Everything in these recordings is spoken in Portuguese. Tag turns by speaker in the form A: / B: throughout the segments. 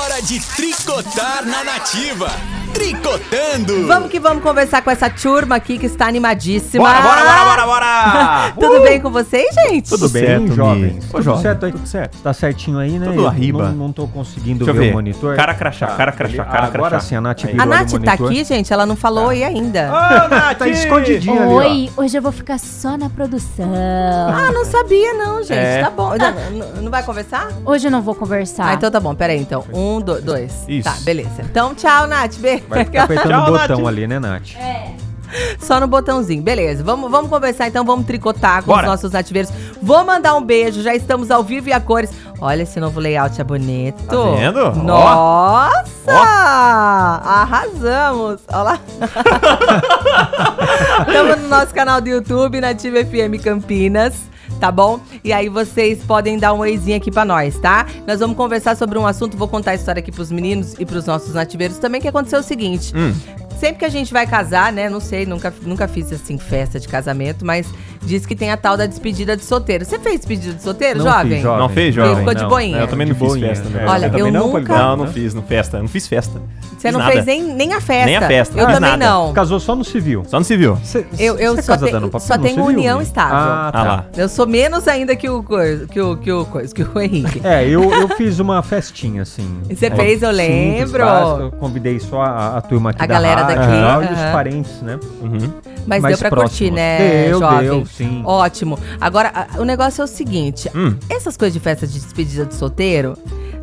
A: hora de tricotar na nativa. Tricotando!
B: Vamos que vamos conversar com essa turma aqui que está animadíssima.
C: Bora, bora, bora, bora, bora!
B: Tudo bem com vocês, gente?
C: Tudo bem,
D: certo, Mi?
C: jovens?
D: Tudo
C: Ô, jovem.
D: certo aí? Tudo certo. Tá certinho aí, né?
C: Tudo
D: Eu
C: arriba.
D: Não, não tô conseguindo
C: Deixa eu
D: ver,
C: ver.
D: o monitor.
C: Cara crachá, cara crachá,
D: beleza.
C: cara
D: Agora
C: crachá.
D: sim, a Nath virou
B: A Nath
D: no
B: tá
D: monitor.
B: aqui, gente, ela não falou
C: Tá.
B: oi ainda.
C: Ô, Nath!
D: Tá escondidinho ali, ó.
E: Oi, hoje eu vou ficar só na produção.
B: Ah, não sabia não, gente.
C: É.
B: Tá bom. Não, não- não vai conversar?
E: Hoje eu não vou conversar.
B: Ah, então tá bom, peraí, então. Um, do- dois.
C: Isso.
B: Tá, beleza. Então, tchau, Nath. Beijo.
D: Vai ficar apertando
C: Tchau,
D: o botão
C: Nath.
D: ali, né, Nath?
B: É. Só no botãozinho. Beleza, vamos, vamos conversar então, vamos tricotar com
C: Bora.
B: os nossos nativeiros. Vou mandar um beijo, já estamos ao vivo e a cores. Olha, esse novo layout é bonito.
C: Tá vendo? Ó.
B: Nossa! Arrasamos! Olha lá. Estamos no nosso canal do YouTube, Nativa FM Campinas. Tá bom? E aí vocês podem dar um oizinho aqui pra nós, tá? Nós vamos conversar sobre um assunto, vou contar a história aqui pros meninos e pros nossos nativeiros também, que aconteceu o seguinte.
C: Hum.
B: Sempre que a gente vai casar, né? Não sei, nunca, nunca fiz assim festa de casamento, mas diz que tem a tal da despedida de solteiro. Você fez despedida de solteiro,
D: Não fiz,
B: jovem?
D: jovem.
C: Não fez,
B: Ele
C: jovem?
B: ficou de
C: Não. É,
B: boinha.
C: Eu também não
D: De
C: fiz
D: boinha.
C: festa. né?
D: É,
B: Olha,
C: Você
B: eu
C: também não,
B: nunca-
C: Poligrama? Não, não fiz, não festa. Não fiz festa.
B: Você
C: Fiz
B: não
C: nada.
B: fez nem, nem a festa.
C: Nem a festa,
B: Eu
C: não fiz
B: também
C: nada.
B: não.
D: Casou só no civil.
C: Só no civil.
D: Cê-
B: Eu- eu
D: cê
B: só
D: casa
B: tenho-
D: dando papo
B: só
D: no
B: tenho
D: civil,
B: união
D: Mi?
B: estável.
D: Ah, tá.
C: Ah lá.
B: Eu sou menos ainda que o coisa- que o que o coisa- que o Henrique.
D: É, eu, eu fiz uma festinha, assim.
B: E você
D: É,
B: fez, eu
D: simples,
B: lembro.
D: básica. Eu convidei só a, a turma aqui
B: A
D: da
B: galera
D: rádio
B: daqui,
D: e tal, E
B: aham.
D: os parentes, né?
C: Uhum.
B: Mas
D: Mais
B: deu pra
D: próximos.
B: curtir, né,
D: Deu,
B: jovem?
D: deu, sim. Hum.
B: Ótimo. Agora, a- o negócio é o seguinte: essas coisas de festa de despedida de solteiro,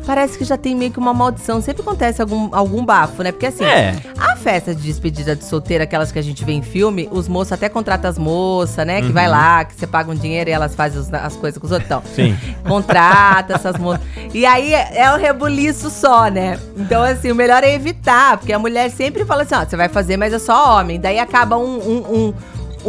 B: parece que já tem meio que uma maldição. Sempre acontece algum, algum bafo, né? Porque assim,
C: É.
B: a festa de despedida de solteiro, aquelas que a gente vê em filme, os moços até contratam as moças, né?
D: Uhum.
B: Que vai lá, que você paga um dinheiro e elas fazem os- as coisas com os outros. Então,
C: Sim.
B: contrata essas moças. E aí é é um rebuliço só, né? Então, assim, o melhor é evitar, porque a mulher sempre fala assim: ó, você vai fazer, mas é só homem. Daí acaba um, um, um,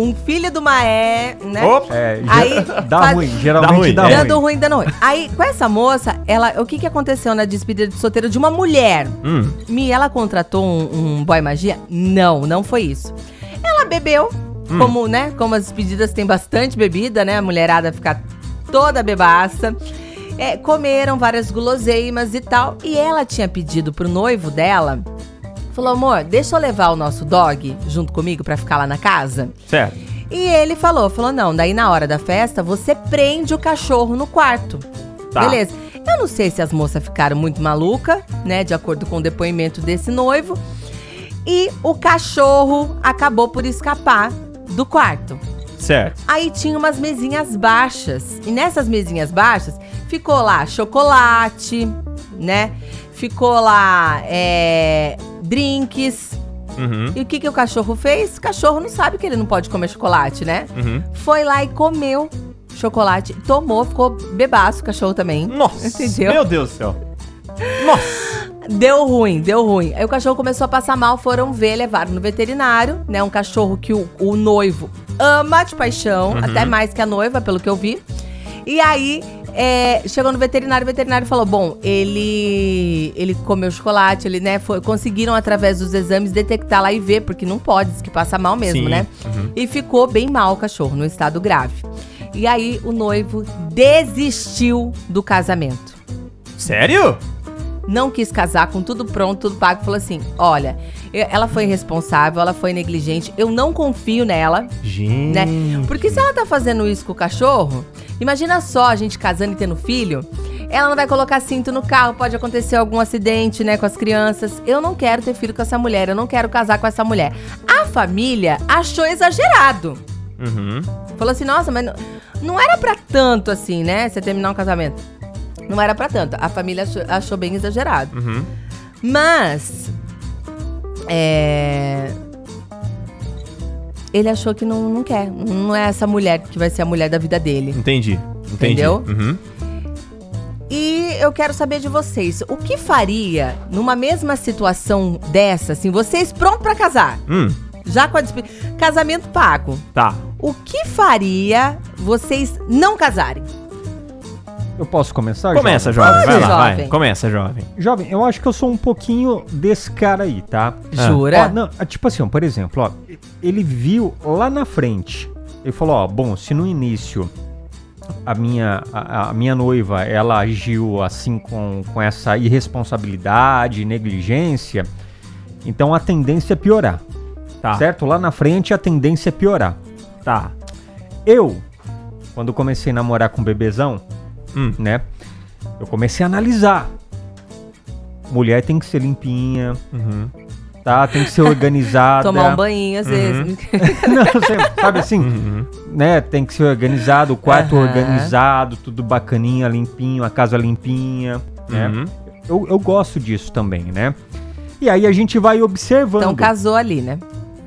B: um filho do Maé, né?
C: Opa!
D: É,
B: Aí,
D: ge- dá
B: faz-
D: ruim, geralmente
C: ruim,
D: dá
C: é.
D: ruim.
B: Dando ruim, dando ruim. Aí, com essa moça, ela, o que, que aconteceu na despedida de solteiro de uma mulher?
C: Hum.
B: Mi, ela contratou um, um boy magia? Não, não foi isso. Ela bebeu,
C: Hum.
B: como, né? Como as despedidas tem bastante bebida, né? A mulherada fica toda bebaça. É, comeram várias guloseimas e tal. E ela tinha pedido pro noivo dela. Falou, amor, deixa eu levar o nosso dog junto comigo pra ficar lá na casa.
C: Certo.
B: E ele falou, falou, não, daí na hora da festa, você prende o cachorro no quarto.
C: Tá.
B: Beleza. Eu não sei se as moças ficaram muito maluca, né, de acordo com o depoimento desse noivo. E o cachorro acabou por escapar do quarto.
C: Certo.
B: Aí tinha umas mesinhas baixas. E nessas mesinhas baixas ficou lá chocolate, né? Ficou lá é, drinks.
C: Uhum.
B: E o que, que o cachorro fez? O cachorro não sabe que ele não pode comer chocolate, né?
C: Uhum.
B: Foi lá e comeu chocolate, tomou, ficou bebaço o cachorro também.
C: Nossa.
B: Entendeu?
C: Meu Deus do céu.
B: Deu ruim, deu ruim. Aí o cachorro começou a passar mal, foram ver, levaram no veterinário, né? Um cachorro que o, o noivo ama de paixão,
C: Uhum.
B: até mais que a noiva, pelo que eu vi. E aí, é, chegou no veterinário, o veterinário falou: bom, ele ele comeu chocolate, ele, né? foi- conseguiram, através dos exames, detectar lá e ver, porque não pode, diz que passa mal mesmo,
C: Sim.
B: né?
C: Uhum.
B: E ficou bem mal o cachorro, num estado grave. E aí, o noivo desistiu do casamento
C: Sério?
B: não quis casar com tudo pronto, tudo pago, falou assim: olha, eu- ela foi irresponsável, ela foi negligente, eu não confio nela,
C: Gente.
B: né? Porque se ela tá fazendo isso com o cachorro, imagina só a gente casando e tendo filho. Ela não vai colocar cinto no carro, pode acontecer algum acidente, né, com as crianças. Eu não quero ter filho com essa mulher, eu não quero casar com essa mulher. A família achou exagerado.
C: Uhum.
B: Falou assim, nossa, mas não, não era pra tanto assim, né? Você terminar um casamento. Não era pra tanto. A família achou, achou bem exagerado.
C: Uhum.
B: Mas. É. Ele achou que não, não quer. Não é essa mulher que vai ser a mulher da vida dele.
C: Entendi. Entendi.
B: Entendeu?
C: Uhum.
B: E eu quero saber de vocês: o que faria numa mesma situação dessa, assim, vocês prontos pra casar?
C: Hum.
B: Já com a despedida. Casamento pago.
C: Tá.
B: O que faria vocês não casarem?
D: Eu posso começar?
C: Começa,
D: jovem?
C: jovem. Vai
B: Pode,
C: lá, vai.
B: jovem.
C: Começa, jovem.
D: Jovem, eu acho que eu sou um pouquinho desse cara aí, tá? Ó,
B: Jura?
D: não, ah, tipo assim, ó, por exemplo, ó, ele viu lá na frente. Ele falou, ó, bom, se no início a minha, a, a minha noiva ela agiu assim com, com essa irresponsabilidade, negligência, então a tendência é piorar,
C: Tá.
D: certo? Lá na frente a tendência é piorar.
C: Tá.
D: Eu, quando comecei a namorar com o bebezão,
C: Hum.
D: né? Eu comecei a analisar. Mulher tem que ser limpinha,
C: Uhum.
D: tá? Tem que ser organizada.
B: Tomar um banhinho
D: Uhum.
B: às vezes. Então,
D: Não, você, sabe assim?
C: Uhum.
D: Né? Tem que ser organizado, o quarto
B: Aham.
D: organizado, tudo bacaninha, limpinho, a casa limpinha, né?
C: Uhum.
D: Eu, eu gosto disso também, né? E aí a gente vai observando.
B: Então casou ali, né?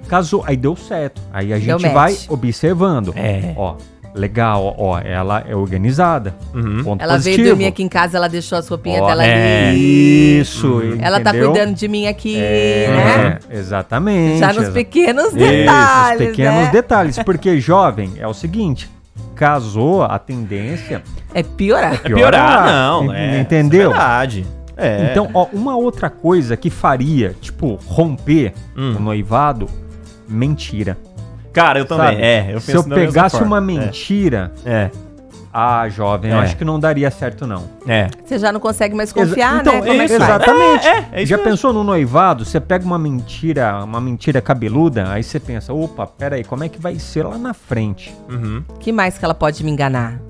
D: Casou, aí deu certo. Aí a
B: Deu
D: gente vai
B: match.
D: observando.
C: É.
D: Ó, legal, ó, ó, ela é organizada.
C: Uhum.
D: Ponto
B: Ela
D: positivo.
B: veio dormir aqui em casa, ela deixou as roupinhas
D: Ó,
B: dela
C: é.
B: ali.
D: Isso,
B: Ela tá
D: entendeu?
B: cuidando de mim aqui, né?
D: É, exatamente.
B: Já nos
D: exa-
B: pequenos
D: Isso, os
B: detalhes,
D: pequenos
B: né?
D: detalhes. Porque, jovem, é o seguinte: casou, a tendência
B: É piorar.
D: é
C: Piorar, não.
D: en-
C: é,
D: entendeu?
C: isso é verdade. É.
D: Então, ó, uma outra coisa que faria, tipo, romper
C: Hum.
D: o noivado, mentira.
C: Cara, eu também.
D: sabe?
C: É, eu
D: Se eu
C: penso da mesma
D: pegasse
C: forma.
D: uma mentira,
C: É.
D: ah, jovem, eu
C: É.
D: acho que não daria certo, não.
C: É.
B: Você já não consegue mais
D: Exa-
B: confiar,
D: então,
B: né? Como é que
D: isso,
B: faz?
D: Exatamente.
C: É, é, é isso
D: Já
C: mesmo.
D: pensou no noivado? Você pega uma mentira, uma mentira cabeluda, aí você pensa, opa, peraí, como é que vai ser lá na frente?
C: Uhum.
B: que mais que ela pode me enganar?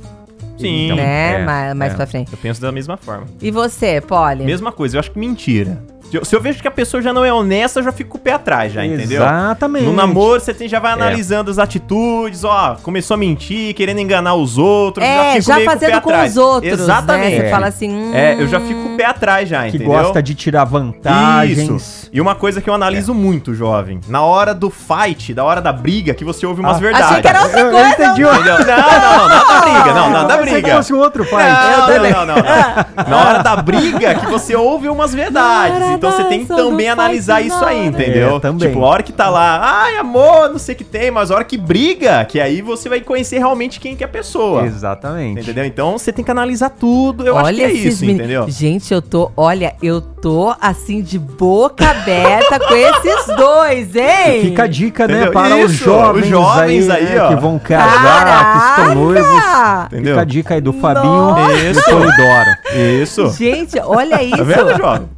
C: Sim. Então,
B: né?
D: é,
B: mais mais
D: é.
B: pra frente.
C: Eu penso da mesma forma.
B: E você, Polly?
C: Mesma coisa, eu acho que mentira. Se eu, se eu vejo que a pessoa já não é honesta, eu já fico com o pé atrás, já, entendeu?
D: Exatamente.
C: No namoro, você tem- já
B: É.
C: vai analisando as atitudes, ó, começou a mentir, querendo enganar os outros,
B: É,
C: fico
B: já
C: meio com o pé
B: fazendo com
C: atrás.
B: os outros,
C: Exatamente.
B: né? Você
D: É.
B: fala assim, hum,
C: É, eu já fico com o pé atrás já,
D: Que
C: entendeu?
D: gosta de tirar vantagens.
C: Isso. E uma coisa que
B: É.
C: eu analiso muito, jovem, na hora do fight, da hora da briga, que você ouve umas
D: Ah,
C: verdades.
B: achei que era outra
D: Eu, eu
B: É coisa.
D: entendi. ó.
C: Entendeu? Não, não, não, nada briga, não, nada
D: Eu pensei que
C: briga.
D: fosse um outro pai.
C: Não, não, não, não, não. Na hora da briga que você ouve umas verdades.
E: Na hora
C: Então você
E: da
C: tem que
E: ação do
C: também analisar
E: fight,
C: isso
E: na
C: aí,
E: hora.
C: entendeu?
D: É, também.
C: Tipo, a hora que tá lá, ai amor, não sei o que tem, mas a hora que briga, que aí você vai conhecer realmente quem que é a pessoa.
D: Exatamente.
C: Entendeu? Então você tem que analisar tudo. Eu acho que é
B: esses
C: isso,
B: meni-
C: entendeu?
B: Gente, eu tô, olha, eu tô assim de boca aberta com esses dois, hein?
D: Fica a dica, né,
C: Entendeu?
D: para os
C: Isso,
D: jovens,
C: os jovens
D: aí,
C: aí,
D: né,
C: ó.
D: que vão casar, que estão noivos.
B: Caraca!
C: Entendeu?
D: Fica a dica aí do Fabinho
B: Nossa!
D: e do Polidoro.
C: Isso.
B: Gente, olha
C: Tá vendo,
B: isso.
C: jovem?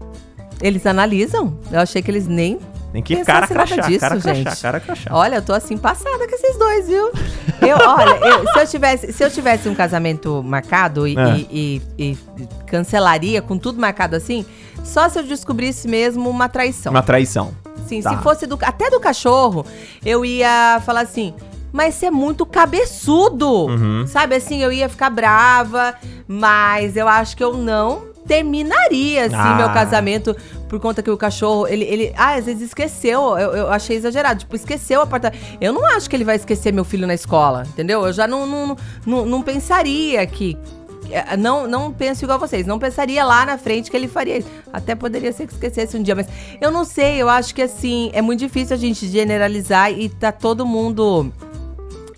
B: eles analisam? Eu achei que eles nem.
C: Tem que
B: Pensasse
C: cara
B: nada
C: crachá,
B: disso,
C: cara crachá,
B: gente.
C: cara crachá.
B: Olha, eu tô assim passada com esses dois, viu? Eu, olha, eu- se, eu tivesse, se eu tivesse um casamento marcado e,
C: É.
B: e- e- e cancelaria com tudo marcado assim, só se eu descobrisse mesmo uma traição.
C: Uma traição.
B: Sim,
C: Tá.
B: se fosse do, até do cachorro, eu ia falar assim, mas você é muito cabeçudo.
C: Uhum.
B: Sabe assim, eu ia ficar brava, mas eu acho que eu não terminaria assim
C: Ah.
B: meu casamento por conta que o cachorro, ele, ele ah, às vezes esqueceu, eu, eu achei exagerado, tipo, esqueceu a porta. Eu não acho que ele vai esquecer meu filho na escola, entendeu? Eu já não não, não, não pensaria que é, não, não penso igual vocês, não pensaria lá na frente que ele faria isso. Até poderia ser que esquecesse um dia, mas eu não sei, eu acho que assim, é muito difícil a gente generalizar e tá todo mundo.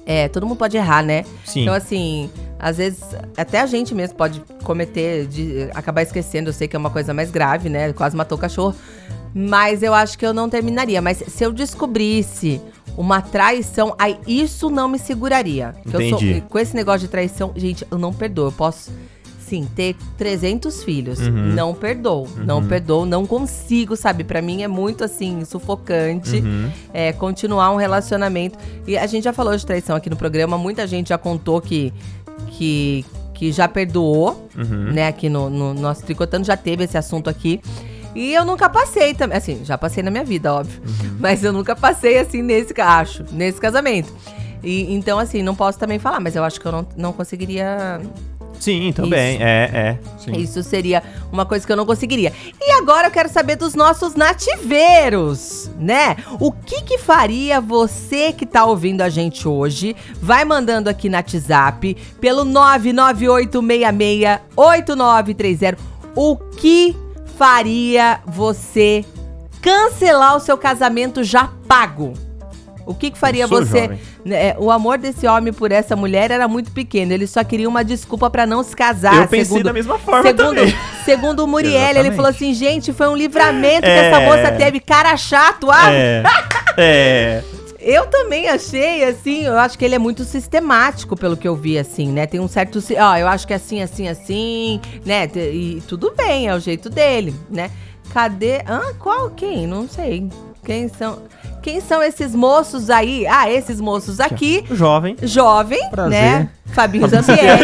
B: É, todo mundo pode errar, né?
C: Sim.
B: Então, assim, às vezes, até a gente mesmo pode cometer, de acabar esquecendo. Eu sei que é uma coisa mais grave, né? Quase matou o cachorro. Mas eu acho que eu não terminaria. Mas se eu descobrisse uma traição, aí isso não me seguraria. Porque Eu
C: Entendi.
B: com esse negócio de traição, gente, eu não perdoo. Eu posso, sim, ter 300 filhos.
C: Uhum.
B: Não perdoo. Não perdoo, não consigo, sabe? Pra mim é muito, assim, sufocante
C: Uhum.
B: é, continuar um relacionamento. E a gente já falou de traição aqui no programa, muita gente já contou que, que, que já perdoou,
C: Uhum.
B: né? Aqui no, no nosso Tricotando já teve esse assunto aqui. E eu nunca passei também, assim, já passei na minha vida, óbvio. Mas eu nunca passei assim nesse, ca- acho, nesse casamento. E, então, assim, não posso também falar, mas eu acho que eu não, não conseguiria
C: Sim, também. É, é.
B: isso seria uma coisa que eu não conseguiria. E agora eu quero saber dos nossos nativeiros, né? O que que faria você que tá ouvindo a gente hoje? Vai mandando aqui na WhatsApp pelo 998668930. O que faria você cancelar o seu casamento já pago? O que, que faria
C: Eu sou
B: você?
C: jovem.
B: né, é, o amor desse homem por essa mulher era muito pequeno. Ele só queria uma desculpa pra não se casar.
C: eu pensei
B: Tá, segundo,
C: da mesma forma
B: segundo,
C: também.
B: segundo o Muriel, ele
C: Exatamente.
B: falou assim: gente, foi um livramento que
C: É.
B: essa moça teve. Cara chato, ah!
C: É. é.
B: Eu também achei, assim, eu acho que ele é muito sistemático, pelo que eu vi, assim, né? Tem um certo. si- Ó, eu acho que é assim, assim, assim, né? Te- E tudo bem, é o jeito dele, né? Cadê. Hã? Qual? Quem? Não sei. Quem são. Quem são esses moços aí? Ah, esses moços aqui.
C: Jovem.
B: Jovem,
D: Prazer.
B: né? Fabinho Zambieri.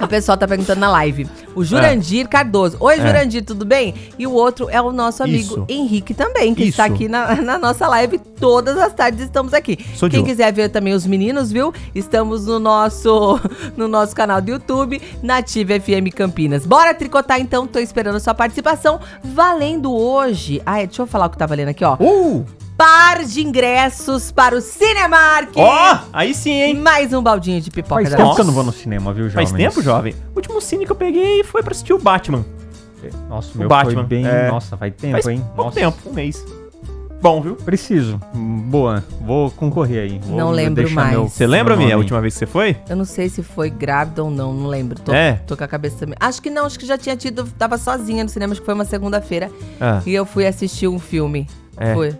B: o pessoal tá perguntando na live. O Jurandir Cardoso. Oi, Jurandir, tudo bem? E o outro é o nosso amigo
C: É. Isso.
B: Henrique também, que
C: Isso.
B: está aqui na, na nossa live. Todas as tardes estamos aqui.
C: Sou
B: Quem
C: de
B: quiser ver também os meninos, viu? Estamos no nosso, no nosso canal do YouTube, Nativa FM Campinas. Bora tricotar então, tô esperando a sua participação. Valendo hoje. Ah, é, deixa eu falar o que tá valendo aqui, ó.
C: Uh!
B: Par de ingressos para o Cinemark!
C: Ó! Aí sim, hein? é.
B: Mais um baldinho de pipoca
D: Faz
B: da
D: tempo
B: Nossa.
D: que eu não vou no cinema, viu, jovem?
C: Faz tempo, jovem? O último cine que eu peguei foi pra assistir o Batman.
D: É, Nossa,
C: O
D: o meu
C: Batman,
D: foi bem...
C: é.
D: Nossa, faz tempo,
C: Faz
D: hein?
C: pouco
D: Nossa.
C: tempo, um mês. Bom, viu?
D: Preciso. Hum, Boa. Vou concorrer aí. Vou
B: Não lembro
D: deixar
B: mais.
D: meu-
C: Você lembra,
D: meu
C: minha, a
D: nome.
C: última vez que você foi?
B: Eu não sei se foi grávida ou não, não lembro. Tô,
C: É?
B: tô com a cabeça. Acho que não, acho que já tinha tido. Tava sozinha no cinema, acho que foi uma segunda-feira.
C: Ah.
B: E eu fui assistir um filme.
C: É.
B: Foi.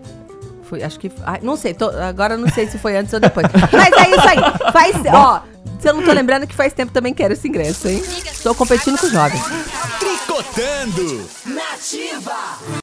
B: Fui, acho que. ai, não sei, tô- agora eu não sei se foi antes ou depois. Mas é isso aí. Faz. Ó, se eu não tô lembrando que faz tempo também quero esse ingresso, hein? Tô competindo com o jovem.
A: Tricotando.